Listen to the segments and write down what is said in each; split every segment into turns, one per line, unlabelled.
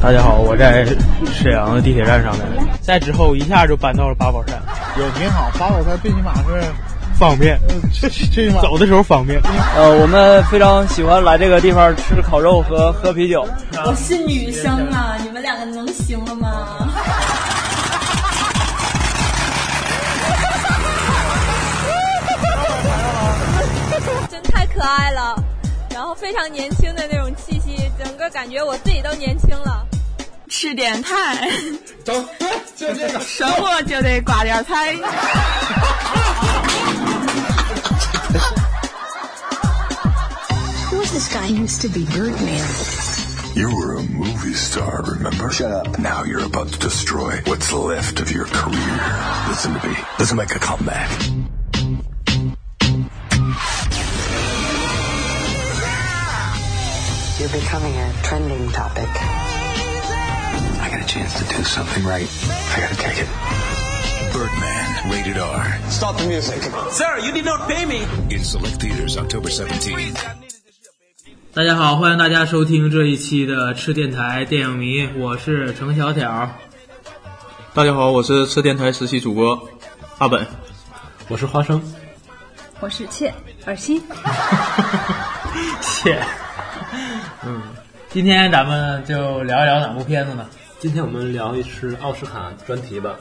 大家好，我在沈阳的地铁站上面，再之后一下就搬到了八宝山，
有挺好，八宝山最起码是啊
方便，
最最起码
走的时候方便。
呃，我们非常喜欢来这个地方吃烤肉和喝啤酒。
我是女生啊，你们两个能行了吗？
真太可爱了，然后非常年轻的那种气息，整个感觉我自己都年轻了。
吃点菜，
走，就这个。
生活就得挂点菜。
Who is this guy who used to be Birdman?
You were a movie star, remember? Shut up. Now you're about to destroy what's left of your career. Listen to me. Let's make a comeback. I got a chance to do something right. I gotta take it. Birdman, rated R.
Stop the music. Sir, you did not pay me.
In select theaters, October 17th.
大家好，欢迎大家收听这一期的吃电台电影迷，我是程小挑。
大家好，我是吃电台实习主播阿本，
我是花生，
我是切尔西。
切，嗯，今天咱们就聊一聊哪部片子呢？
今天我们聊一次奥斯卡专题吧。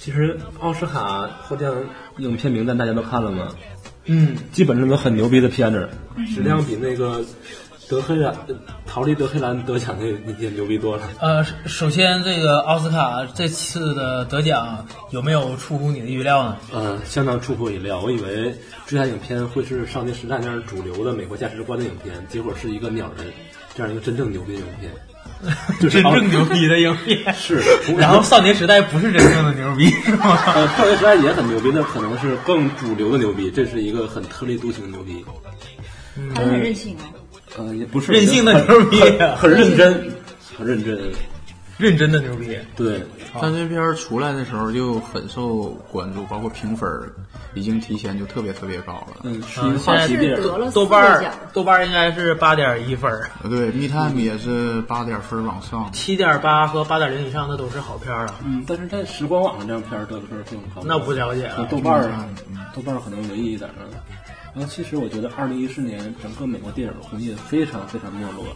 其实奥斯卡获奖影片名单大家都看了吗？
嗯，
基本上都很牛逼的片子，质量比那个德黑兰、呃逃离德黑兰得奖的那些牛逼多了。
呃，首先这个奥斯卡这次的得奖有没有出乎你的预料呢？
呃，相当出乎意料，我以为最佳影片会是上届时代那样主流的美国价值观的影片，结果是一个鸟人这样一个真正牛逼的影 片。就是
真正牛逼的影片
是，
然后少年时代不是真正的牛逼，是吗？
呃，少年时代也很牛逼，那可能是更主流的牛逼，这是一个很特立独行的牛逼。
他们很任性啊，
呃，也不是
任性的牛逼
很很认真，很认真。
认真的牛逼。
对，
但这片儿出来的时候就很受关注，包括评分儿已经提前就特别特别高了。
嗯，是一
嗯，
个
现
话题
在
电
是得
影。
了
豆瓣
四个
儿
奖
豆瓣儿应该是八点一分儿，
呃对密探也是八点分儿往上，
七点八和八点零以上的都是好片儿了。
嗯，但是在时光网上这样片儿得分儿会很高。
那我不了解嗯了
那豆瓣儿啊，豆瓣儿可能文艺一点儿啊。然后其实我觉得，二零一四年整个美国电影的红印非常非常没落，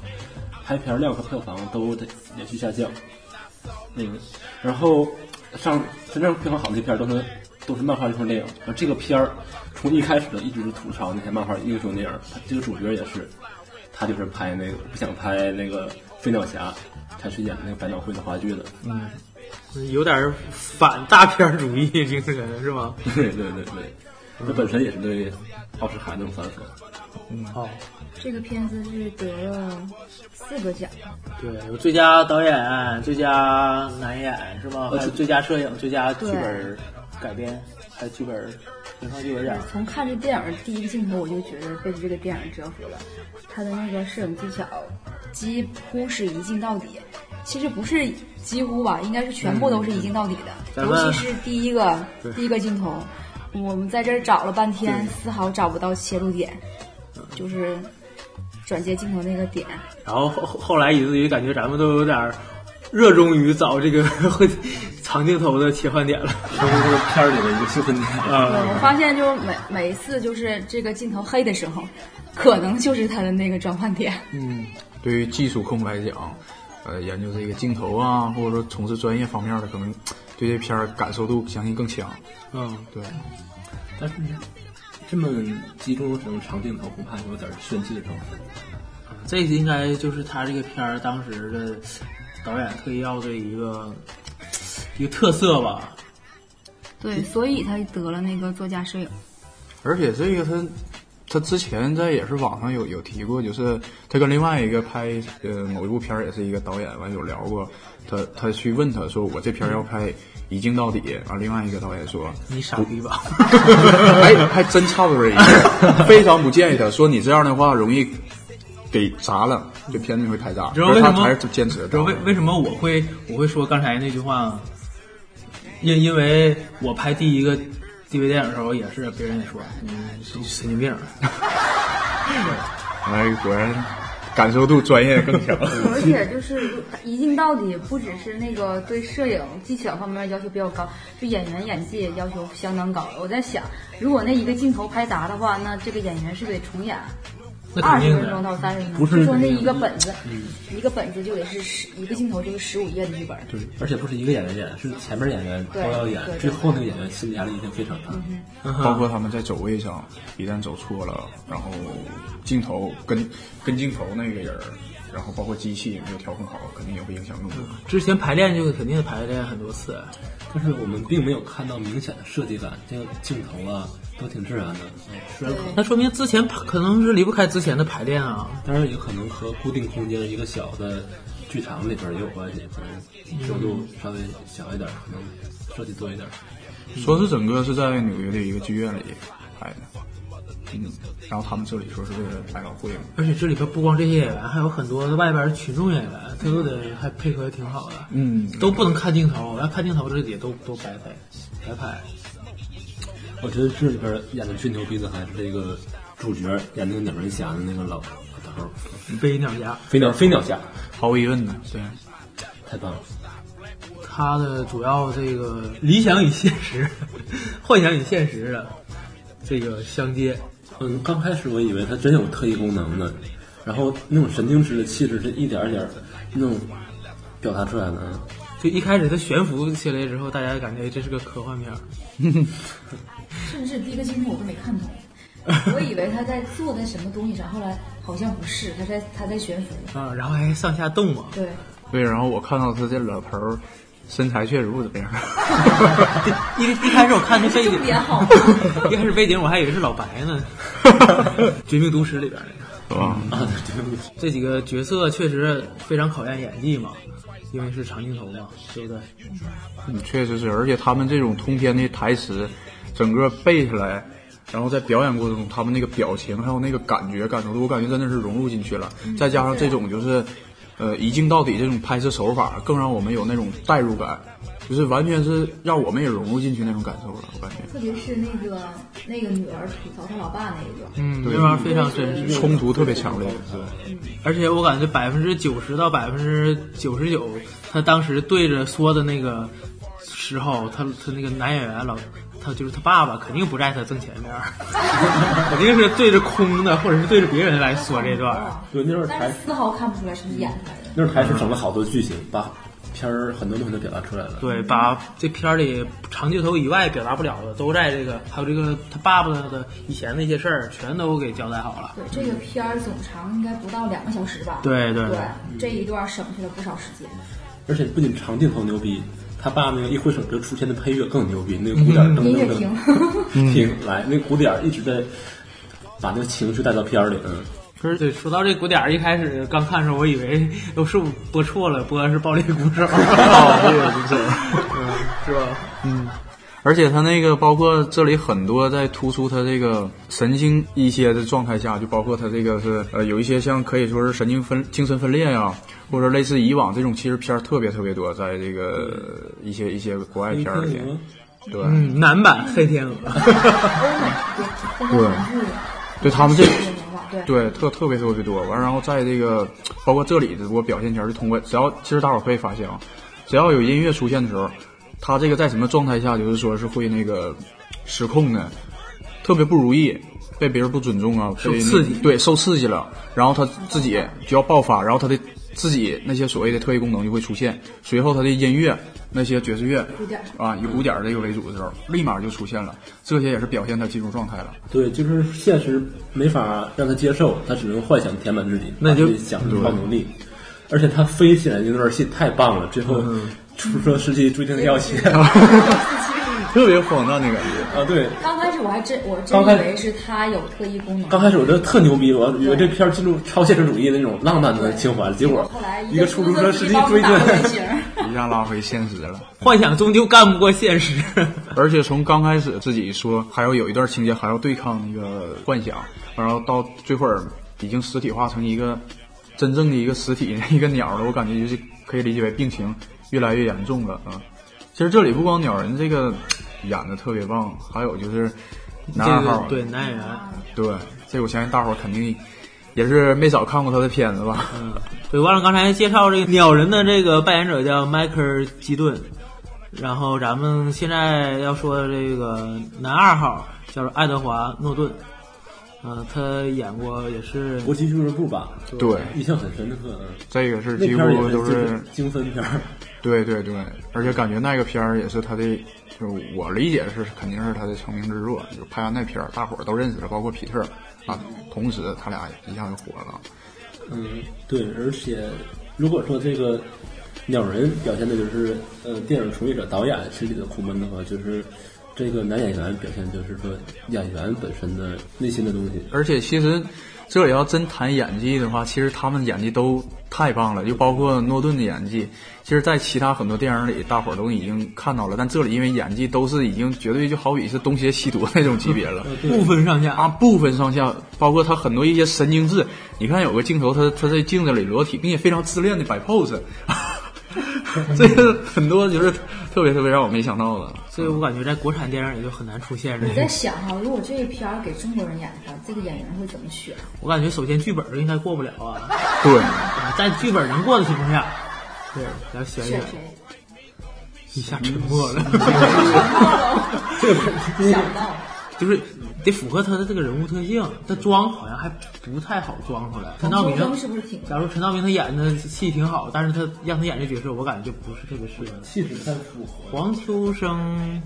拍片量和票房都在连续下降。那个，然后上真正票房好的片儿都是都是漫画英雄电影，而这个片儿从一开始一直是吐槽那些漫画英雄电影，它这个主角也是，他就是拍那个不想拍那个飞鸟侠，他是演那个百老汇的话剧的。
有点反大片儿主义精神是吗？
对对对对，这本身也是对奥斯卡那种反讽。
好，
这个片子是得了四个奖，
对，有最佳导演、最佳男演是吗？还有呃最佳摄影、最佳剧本改编，还有剧本原创剧本奖。
从看这电影第一个镜头，我就觉得被这个电影折服了。他的那个摄影技巧几乎是一镜到底，其实不是几乎吧，应该是全部都是一镜到底的，
咱们
尤其是第一个第一个镜头，我们在这儿找了半天，丝毫找不到切入点，就是转接镜头那个点。
然后后后来以至于感觉咱们都有点儿热衷于找这个 长镜头的切换点了。
说明这个片儿里的一个兴奋点。
对，我发现就是每每一次就是这个镜头黑的时候，可能就是他的那个转换点。
对于技术控来讲，呃，研究这个镜头啊，或者说从事专业方面的，可能对这片儿感受度相信更强。
嗯，
对，
但是这么集中使用长镜头，恐怕有点炫技的成分。
这应该就是他这个片儿当时的导演特意要的一个一个特色吧。
对，所以他得了那个作家摄影。
而且这个他他之前在也是网上有有提过，就是他跟另外一个拍呃某一部片儿也是一个导演，完有聊过，他他去问他说我这片儿要拍一镜到底，完另外一个导演说，
你傻逼 吧？
哎还真差不多一样，非常不建议他说你这样的话容易给砸了，这片子会拍砸。
知道为什
而他
么？
还是坚持的
知道
导
为
演？
为什么我会我会说刚才那句话吗？因因为我拍第一个 DV 电影的时候，也是别人也说你神经病。
哎，果然感受度、专业更强。
而且就是一镜到底，不只是那个对摄影技巧方面要求比较高，对演员演技也要求相当高了。我在想，如果那一个镜头拍砸的话，那这个演员是得重演
那
二
肯定
十
的
分钟到三十分
不
钟，
是
就说那
那个
一个本子，
嗯
一个本子就得是十一个镜头就是十五页的剧本。
对，而且不是一个演员演，是前面演员都
对
要演
对，对
最后那个演员心理压力一定非常大。
嗯
包括他们在走位上，一旦走错了，然后镜头跟跟镜头那个人儿，然后包括机器也没有调控好，肯定也会影响用户。
之前排练就肯定排练很多次，
但是我们并没有看到明显的设计感，这个镜头啊都挺自然的。嗯虽然可
那说明之前可能是离不开之前的排练啊。
当然也可能和固定空间一个小的剧场里边也有关系，可
嗯
能周度稍微小一点，可能设计多一点。
说是整个是在纽约的一个剧院里拍的，嗯，然后他们这里说是为了百老汇嘛，
而且这里边不光这些演员，还有很多外边群众演员，他都得还配合得挺好的，
嗯，
都不能看镜头，要看镜头这也都都白拍，白拍。
我觉得这里边演的最牛逼的还是这个主角演那个鸟人侠的那个老老头儿，
飞鸟侠，
飞鸟飞鸟侠，
毫无疑问的，对，
太棒了。
他的主要这个理想与现实， 幻想与现实的这个相接。
嗯，刚开始我以为他真有特异功能呢，然后那种神经质的气质是一点儿一点儿那种表达出来的啊。
就一开始他悬浮起来之后，大家感觉这是个科幻片儿。
甚至第一个镜头我都没看 懂，我以为他在坐在什么东西上，后来好像不是，他在他在悬浮。
啊，然后还上下动嘛，
对，
对，然后我看到他这老头儿身材确实不怎 么样，
一一开始我看那背景
重点好
一开始背景我还以为是老白呢，《绝命毒师》里边那个。
是吧？
这几个角色确实非常考验演技嘛，因为是长镜头嘛，对不对？
嗯，确实是，而且他们这种通篇的台词，整个背下来，然后在表演过程中，他们那个表情还有那个感觉感受度，我感觉真的是融入进去了。再加上这种就是，呃，一镜到底这种拍摄手法，更让我们有那种代入感，就是完全是让我们也融入进去那种感受了。我感觉，
特别是那个那个女儿吐槽她老爸那一段，
嗯
对
这玩意儿非常真实
冲突特别强烈，对。
而且我感觉百分之九十到百分之九十九，他当时对着说的那个时候，他他那个男演员老，他就是他爸爸肯定不在他正前面儿， 肯定是对着空的，或者是对着别人来说这段儿。
对，那会儿
但
台
是丝毫看不出来是演出来的。
那会儿台词整了好多剧情，把片儿很多东西都表达出来了。
对，把这片儿里长镜头以外表达不了的，都在这个还有这个他爸爸的以前那些事儿，全都给交代好了。
对，这个片儿总长应该不到两个小时吧？
对对对
对这一段省去了不少时间。
而且不仅长镜头牛逼，他爸那个一挥手就出现的配乐更牛逼，那个鼓点儿噔
嗯音
噔
乐
噔
厅，
停来，那鼓点儿一直在把那个情绪带到片儿里。嗯，
不是，对，说到这鼓点儿，一开始刚看的时候，我以为 都是我播错了，播的是爆裂鼓手。
哦对对对
嗯，是吧？
嗯，而且他那个包括这里很多在突出他这个神经一些的状态下，就包括他这个是呃有一些像可以说是神经分精神分裂呀、或者类似以往这种其实片儿特别特别多，在这个一些一些国外片儿里，对，
嗯，男版黑天鹅，
对，
嗯
对他们这。
对
对，特特别特别多。完，然后在这个包括这里的我表现前是通过，只要其实大伙儿可以发现啊，只要有音乐出现的时候，他这个在什么状态下，就是说是会那个失控的，特别不如意，被别人不尊重啊，
受
被那
刺激
对，受刺激了，然后他自己就要爆发，然后他的自己那些所谓的特异功能就会出现，随后他的音乐那些爵士乐
有点儿
啊，以鼓点儿这个为主的时候，立马就出现了，这些也是表现他进入状态了。
对，就是现实没法让他接受，他只能幻想填满自己，
那就
把自己想出超能力。而且他飞起来那段戏太棒了，最后
嗯
出车世纪注定 要挟
特别荒诞的感觉。
啊！对，
刚开始我还真我真
刚开
以为是他有特异功能，
刚开始我觉得特牛逼，我以为这片儿进入超现实主义的那种浪漫的情怀，结果
后来
一个出租车司机追
打 回
进
形
来，
儿。
一下拉回现实了。
幻想终究干不过现实。
而且从刚开始自己说还要有一段情节还要对抗那个幻想，然后到最后已经实体化成一个真正的一个实体一个鸟了，我感觉就是可以理解为病情越来越严重了啊。嗯其实这里不光鸟人这个演的特别棒，还有就是男
这
二
个
号
对男演员，
对，这我相信大伙儿肯定也是没少看过他的片子吧。
嗯，对，完了，刚才介绍这个鸟人的这个扮演者叫迈克尔·基顿，然后咱们现在要说的这个男二号叫做爱德华·诺顿，嗯、他演过也是
搏击俱乐部吧？
对
印象很深刻。嗯
这个是
那
几
片儿也
乎都
是
是
精分片儿，
对对对，而且感觉那个片儿也是他的，就是我理解是肯定是他的成名之作。就拍完那片儿，大伙儿都认识了，包括皮特啊。同时他俩一下就火了。
嗯，对，而且如果说这个鸟人表现的就是呃电影从业者导演心里的苦闷的话，就是这个男演员表现就是说演员本身的内心的东西。
而且其实这也要真谈演技的话，其实他们演技都太棒了，就包括诺顿的演技。其实，在其他很多电影里，大伙儿都已经看到了，但这里因为演技都是已经绝对就好比是东邪西毒那种级别了，
不分上下
啊，不分上下。包括他很多一些神经质，你看有个镜头，他他在镜子里裸体，并且非常自恋的摆 pose，这个很多就是特别特别让我没想到的。
所以我感觉在国产电影里就很难出现这
我在
个。
想哈，如果这一片儿给中国人演的话，这个演员会怎么选？
我感觉首先剧本应该过不了啊，
对，
啊在剧本能过的情况下，对，咱选一
选
哎
选。
谁？
一下沉默了，
这 个
想不到，
就是得符合他的这个人物特性，他装好像还不太好装出来。陈道明
黄秋生是不是挺
假如陈道明他演的戏挺好，但是他让他演这角色，我感觉就不是特别适合。
气质太符合，
黄秋生，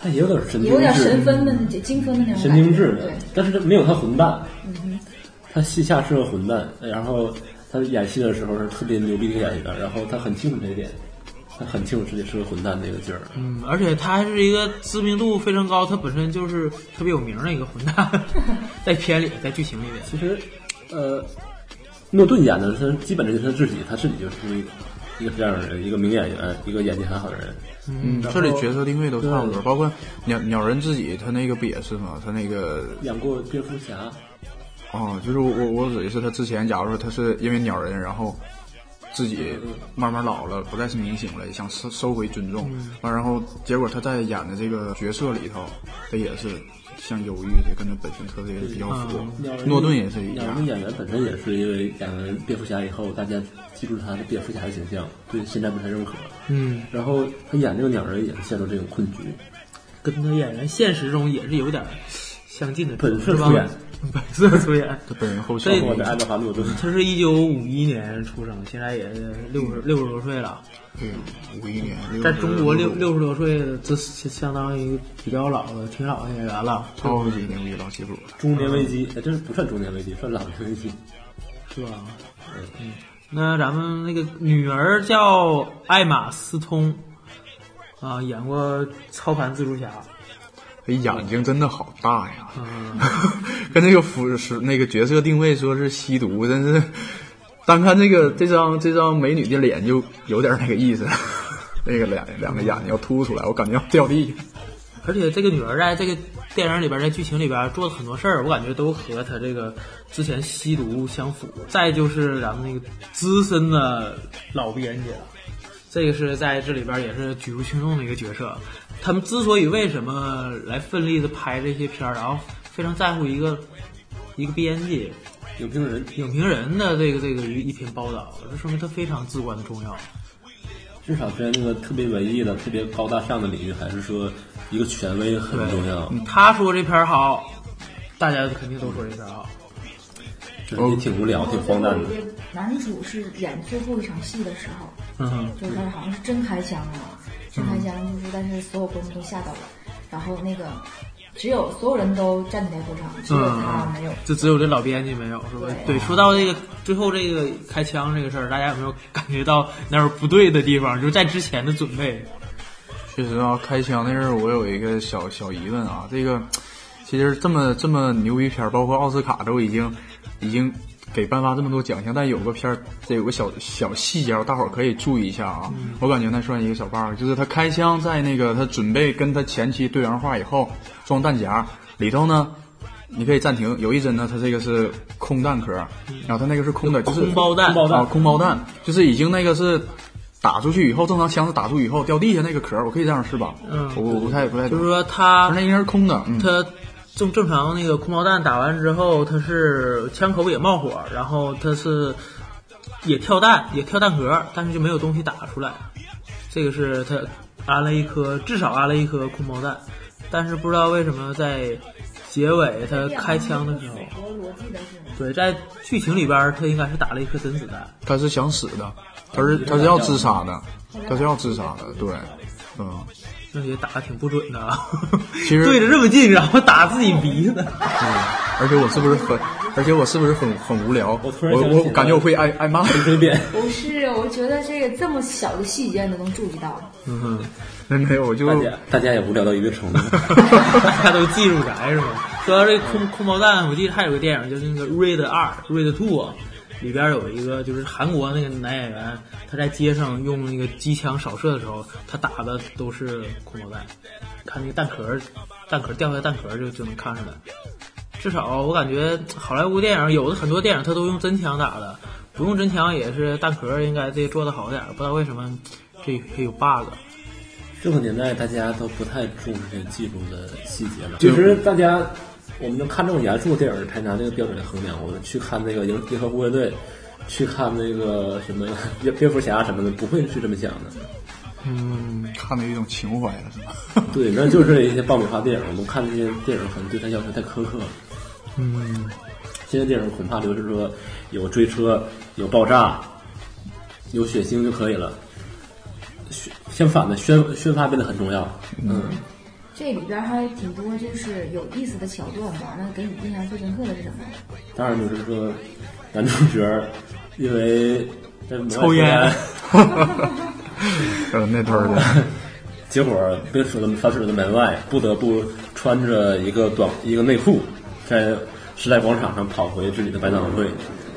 他也有点神经质，
有点神分的、精分的那种
神
感觉。
经质的
对，，
但是这没有他混蛋。
嗯
他戏下是个混蛋，然后他演戏的时候是特别牛逼的一个演员，然后他很清楚这一点，他很清楚自己是个混蛋的一个劲儿。
嗯，而且他还是一个知名度非常高，他本身就是特别有名的一个混蛋， 在片里，在剧情里面，
其实，呃，诺顿演的他基本上就是他自己，他自己就是一个一个这样的人，一个名演员，一个演技很好的人。
嗯，
然
这
后
里角色定位都差不多，
对
包括鸟鸟人自己，他那个不也是吗？他那个
演过蝙蝠侠，
哦，就是我我我指的是他之前，假如说他是因为鸟人，然后自己慢慢老了，不再是明星了，想收收回尊重，
嗯
完、然后结果他在演的这个角色里头，他也是像忧郁的，跟他本身特别比较符合。
嗯鸟人
诺顿也是一
鸟
样
人，演员本身也是因为演完蝙蝠侠以后，大家记住他的蝙蝠侠的形象，对现在不太认可。
嗯，
然后他演这个鸟人也是陷入这种困局，
跟他演员现实中也是有点相近的，
本色
是吧
出演？
本色出演，
他本人后期
这
包括在爱德华诺顿。
他是一九五一年出生，现在也六十六十多岁了，
对五一年，
在中国六六十多岁，这是相当于比较老的、挺老的演员了，
超级牛逼老戏骨了，
中年危机，哎，这不算中年危机，算老年危机。
是吧？嗯，那咱们那个女儿叫艾玛斯通，啊、演过《超凡蜘蛛侠》，
他哎眼睛真的好大呀。
嗯，
跟那个服是那个角色定位说是吸毒，真是单看这个这张这张美女的脸就有点那个意思， 那个两两个眼睛要凸出来，我感觉要掉地。
而且这个女儿在这个电影里边，在剧情里边做了很多事儿，我感觉都和她这个之前吸毒相符。再就是咱们那个资深的老编辑了，这个是在这里边也是举足轻重的一个角色。他们之所以为什么来奋力的拍这些片儿，然后非常在乎一个一个编辑、
影评人，
影评人的这个这个一一篇报道，这说明他非常至关的重要。
至少在那个特别文艺的、特别高大上的领域，还是说一个权威很重要。
他说这片儿好，大家肯定都说这片儿好。
就是也挺无聊、挺荒诞的。
男主是演最后一场戏的时候，
嗯，
就是他好像是真开枪了，真开枪就是，但是所有观众都吓到了，然后那个只有所有人都站起来鼓掌，只有他没有。
就只有这老编辑没有，是吧？对，说到这个最后这个开枪这个事儿，大家有没有感觉到哪儿不对的地方？就是在之前的准备，
确实啊，开枪那阵儿我有一个小小疑问啊，这个其实这么这么牛逼片儿，包括奥斯卡都已经已经给颁发这么多奖项，但有个片儿，这有个小小细节，大伙儿可以注意一下啊。
嗯
我感觉那算一个小 bug，就是他开枪在那个他准备跟他前妻对完话以后装弹夹里头呢。你可以暂停，有一帧呢，它这个是空弹壳，然后它那个是空的，就是
嗯空包弹
空包弹啊，空包弹，就是已经那个是打出去以后，正常箱子打出以后掉地下那个壳儿，我可以这样是吧？
嗯
我我不太不太
就
懂
是，说他
那应该是空的。嗯，
他正正常那个空包弹打完之后，它是枪口也冒火，然后它是也跳弹，也跳弹壳，但是就没有东西打出来。这个是它安了一颗，至少安了一颗空包弹，但是不知道为什么在结尾它开枪的时候，对，在剧情里边儿它应该是打了一颗真子弹。
他是想死的，他是他是要自杀的，他是要自杀的，对，嗯，
那也打的挺不准的啊，
其实
对着这么近，然后打自己鼻子。
而且我是不是很，而且我是不是很很无聊？我
突然想起
我
来
感觉我会挨 挨骂，随便。
不是，我觉得这个这么小的细节你都能注意到，
嗯哼，那没有，我就
大家也无聊到一定程度。
大家都技术宅是吗？说到这空空包弹，我记得还有个电影就是那个《Raid 二》《Raid Two》啊，里边有一个就是韩国那个男演员，他在街上用那个机枪扫射的时候，他打的都是空包弹，看那个弹壳，弹壳掉下来弹壳就就能看出来。至少我感觉好莱坞电影有的很多电影它都用真枪打的，不用真枪也是弹壳，应该这做的好点儿，不知道为什么这这有 bug。
这个年代大家都不太重视这个技术的细节了。
就
其实大家，我们能看这种严肃的电影，才拿这个标准来衡量。我们去看那个《银银河护卫队》，去看那个什么蝙蝙蝠侠什么的，不会去这么想的。
嗯，看到一种情怀了，是吧？
对，那就是一些爆米花电影。我们看这些电影，可能对它要求太苛刻了。
嗯，
现在电影恐怕就是说有追车、有爆炸、有血腥就可以了。宣相反的宣宣发变得很重要。嗯，
这里边还挺多就是有意思的桥段吧。那给你印象最深刻的是什么？
当然就是说男主角儿因为在门外
抽烟呃，那段
哦
儿的，
结果被锁在反锁在门外，不得不穿着一个短一个内裤，在时代广场上跑回自己的百脑汇，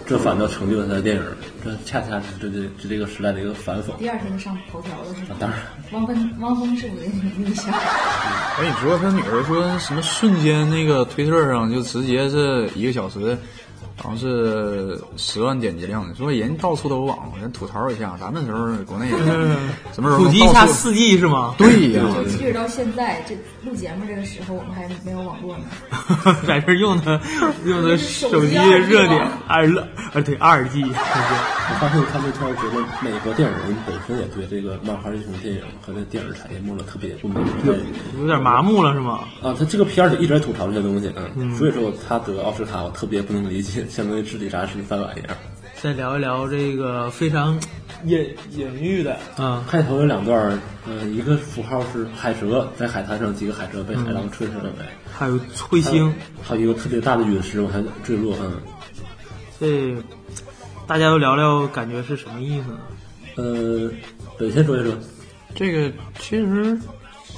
这反倒成就了他的电影。这恰恰是这这这这个时代的一个反讽。
第二天就上头条了是吗？
当然，
汪峰，汪峰是我的女偶像。
哎，你说他女儿说什么？瞬间那个推特上就直接是一个小时，好像是十万点击量的。说人到处都有网，人吐槽一下，咱们时候国内也
嗯
什么时候
普及一下
四
4G 是吗
对呀、
就即使到现在这录节目这个时候，我们还没有网络呢。
在这用的用的手机热点二了，啊对二 G，
我发现看这片儿，觉得美国电影人本身也对这个漫画英雄电影和这电影产业没了特别不满。对，
有点麻木了是吗？
啊，他这个片儿里一直在吐槽这些东西，
嗯
嗯，所以说他得奥斯卡，我特别不能理解，相当于治理啥事翻碗一样。
再聊一聊这个非常隐隐喻的，嗯，
开头有两段儿，嗯、一个符号是海蛇在海滩上，几个海蛇被海浪吹上来，
还有彗星，
还有一个特别大的陨石往下坠落，嗯，
这大家都聊聊，感觉是什么意思呢？
呃，本先说一说，
这个其实，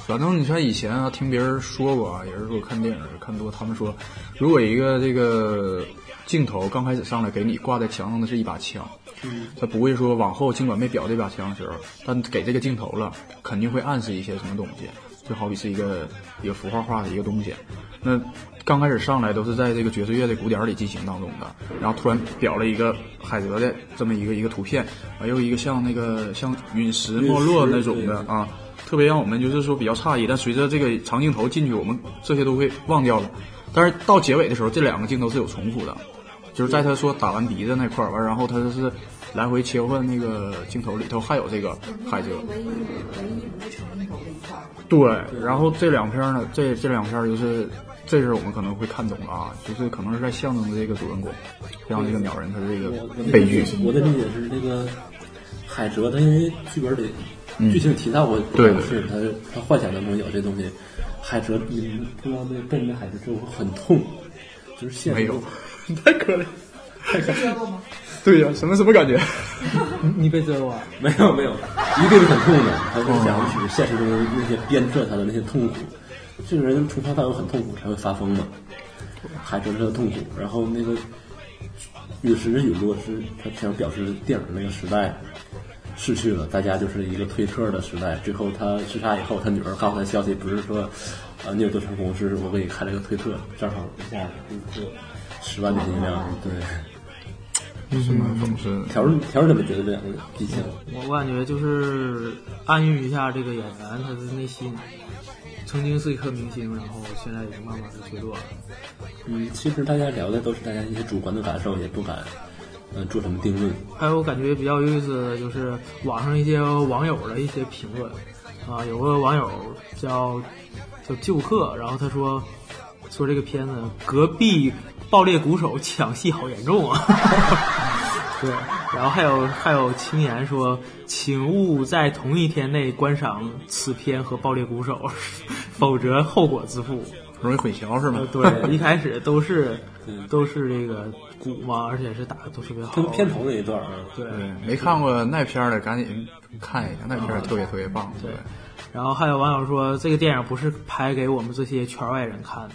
反正你像以前啊，听别人说过啊，也是说看电影看多，他们说，如果一个这个镜头刚开始上来给你挂在墙上的是一把枪，他不会说往后尽管没表这把枪的时候，但给这个镜头了，肯定会暗示一些什么东西，就好比是一个一个符号化的一个东西。那刚开始上来都是在这个爵士乐的鼓点里进行当中的，然后突然表了一个海德的这么一个一个图片，啊，又一个像那个像陨石没落那种的啊，特别让我们就是说比较诧异。但随着这个长镜头进去，我们这些都会忘掉了。但是到结尾的时候，这两个镜头是有重复的，就是在他说打完鼻子那块儿完，然后他是来回切换那个镜头里头还有这个海德。
唯一唯一不是成镜头的一块儿。
对，然后这两篇呢，这这两篇就是，这是我们可能会看懂了啊，就是可能是在象征着这个主人公，让这个鸟人他的这个悲剧。
我的理解是那个海蛇，他因为剧本里、
嗯
剧情提到过，
对对
是他他幻想当中有这东西，海蛇，你们不知道那被人的海蛇之后很痛，就是现实
没有，
太可怜。
对呀、什么什么感觉？
你被追过？啊
没有没有，一定是很痛的。他就想起现实中那些鞭策他的那些痛苦，这个人从头到尾很痛苦才会发疯嘛，海折他的痛苦。然后那个陨石的陨落是他想表示电影那个时代逝去了，大家就是一个推特的时代。最后他自杀以后，他女儿告诉他消息，不是说啊你有多成功，是我给你开了个推特，正好一下就十万点击量，对。
是吗？总是
条儿条儿怎么觉得这两个比较？
我我感觉就是暗喻一下这个演员他的内心，曾经是一颗明星，然后现在已经慢慢的衰落了。
嗯，其实大家聊的都是大家一些主观的感受，也不敢嗯做什么定论。
还有我感觉比较有意思的就是网上一些网友的一些评论啊，有个网友叫叫旧客，然后他说说这个片子隔壁爆裂鼓手抢戏好严重啊。 对，然后还有还有青年说，请勿在同一天内观赏此片和《爆裂鼓手》，否则后果自 负。
容易混淆是吗
呃？对，一开始都是都是这个鼓嘛，而且是打的都特别好。
跟片头
那一段，
哦对，
没看过那片儿的赶紧看一下，那片儿特别特别棒。
对，然后还有网友说，这个电影不是拍给我们这些圈外人看的。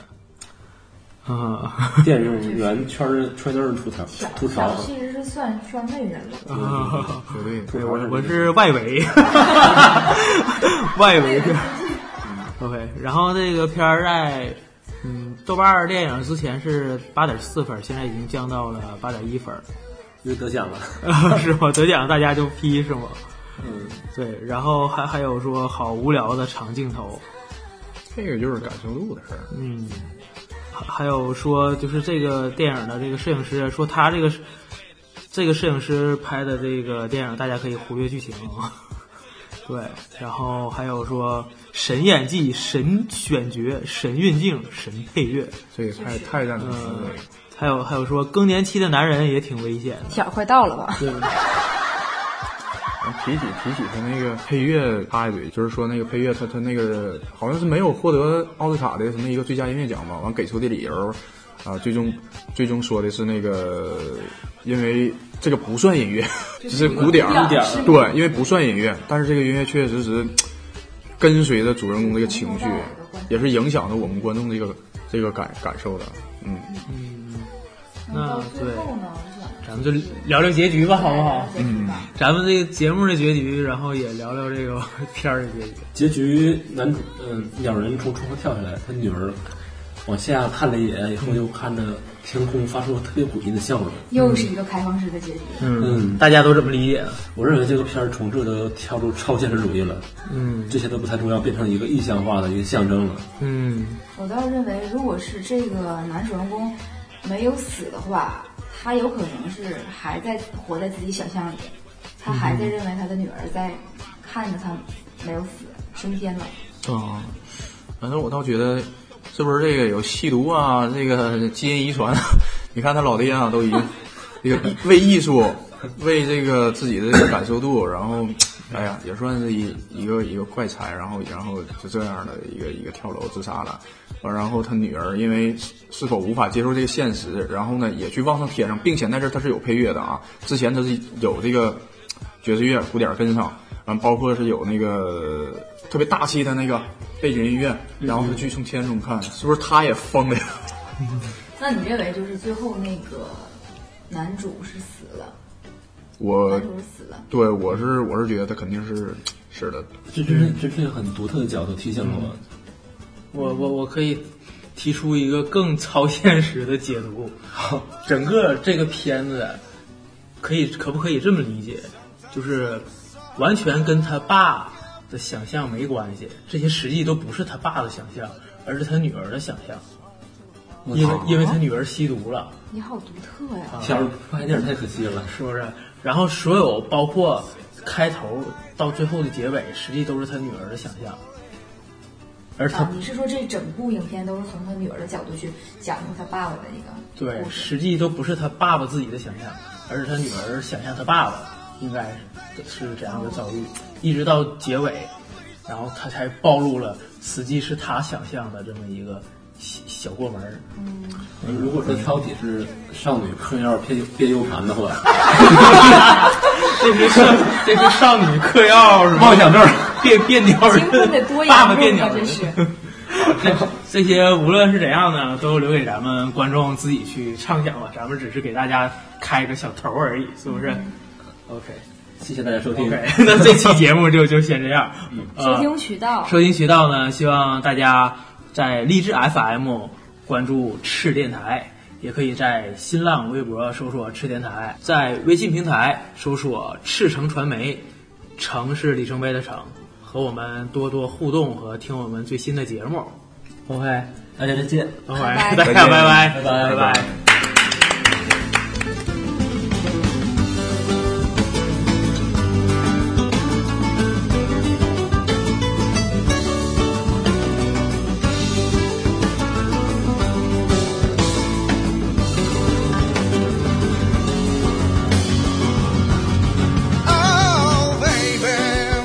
啊、
电影员圈儿圈内人吐槽吐槽啊，
其实是算圈内人了。
啊，
绝对，
对我我是外围， 外围片儿。OK，然后这个片儿在嗯豆瓣儿电影之前是八点四分儿，现在已经降到了八点一 分儿，
因为得奖了。
是吗？得奖大家就批是吗？
嗯，
对，然后还还有说好无聊的长镜头，
这个就是感受度的事儿。
嗯，还还有说，就是这个电影的这个摄影师说他这个这个摄影师拍的这个电影，大家可以忽略剧情。 对，然后还有说神演技、神选角、神运镜、神配乐，
这个太太让人
嗯
服了。
还有还有说更年期的男人也挺危险的。
小快到了吧？
对，
嗯
提起提起他那个配乐插一嘴，就是说那个配乐他他那个好像是没有获得奥斯卡的什么一个最佳音乐奖吧，完给出的理由啊，最终最终说的是那个因为这个不算音乐，只是鼓点儿
鼓点儿
对，因为不算音乐，但是这个音乐确确实实跟随着主人公这个情绪，也是影响着我们观众这个这个感感受的，嗯。
那对，咱们就
聊聊结局吧，好不好？
嗯，
咱们这个节目的结局，然后也聊聊这个片儿的
结
结局。
局男主嗯、鸟人从窗户跳下来，他女儿往下看了一眼，以后又看着天空发出特别诡异的笑容。
又是一个开放式的结局。
嗯，
大家都这么理解。啊
我认为这个片儿从这都跳出超现实主义了，
嗯，
这些都不太重要，变成一个意象化的一个象征了。
嗯，
我倒认为，如果是这个男主人公没有死的话，他有可能是还在活在自己想象里，他还在认为他的女儿在看着他没有死，升天了。
啊，反正我倒觉得，是不是这个有吸毒啊，这个基因遗传啊？ 你看他老爹啊，都已经 这个为艺术，为这个自己的感受度，然后，哎呀，也算是一一个一个怪才，然后然后就这样的一个一个跳楼自杀了。完，然后他女儿因为是否无法接受这个现实，然后呢也去往上贴上，并且那阵儿他是有配乐的啊，之前他是有这个爵士乐鼓点儿跟上，完包括是有那个特别大气的那个背景音乐，然后他去从天空看，是不是他也疯了呀？
那你认为就是最后那个男主是死了？
我
男主是死了。
对我是我是觉得他肯定是是的，
这这
嗯
是这是很独特的角度提醒了我，
我我我可以提出一个更 超现实的解读。 整个这个片子可以可不可以这么理解？就是完全跟他爸的想象没关系，这些实际都不是他爸的想象，而是他女儿的想象。因为因为他女儿吸毒了，
你好独特呀！
啊
嗯
天儿拍电影太可惜了，
是不是？然后所有包括开头到最后的结尾，实际都是他女儿的想象，而他
啊，你是说这整部影片都是从他女儿的角度去讲述他爸爸的一个？
对，实际都不是他爸爸自己的想象，而是他女儿想象他爸爸应该是是怎样的遭遇，一直到结尾，然后他才暴露了实际是他想象的这么一个小小过门儿。
如果说超体是少女嗑药变变 U 盘的话，
这是少 这是少女嗑药是吧？
妄想症，
变变鸟人
兴奋得多，
爸爸
严重
变
啊
鸟人
真。是。
这这些无论是怎样呢，都留给咱们观众自己去畅想吧，咱们只是给大家开个小头儿而已，是不是、o k
谢谢大家收听。
OK，那 这期节目就就先这样。
收
呃
听渠道，
收听渠道呢，希望大家在荔枝 FM 关注赤电台，也可以在新浪微博搜索赤电台，在微信平台搜索赤城传媒，城是里程碑的城，和我们多多互动和听我们最新的节目。OK，
大家再见，
等会
拜
儿
拜
大家拜拜，
拜拜
拜
拜拜
Oh, baby,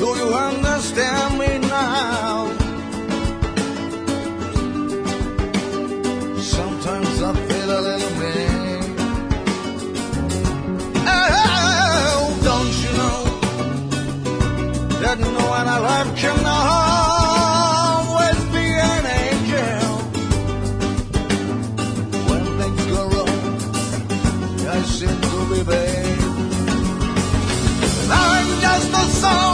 do you understand me now? Sometimes I feel a little bit. Oh, don't you know that no one alive can always be an angel when things go wrong? I seem to be bad. I'm just a soul Oh, Oh, Oh,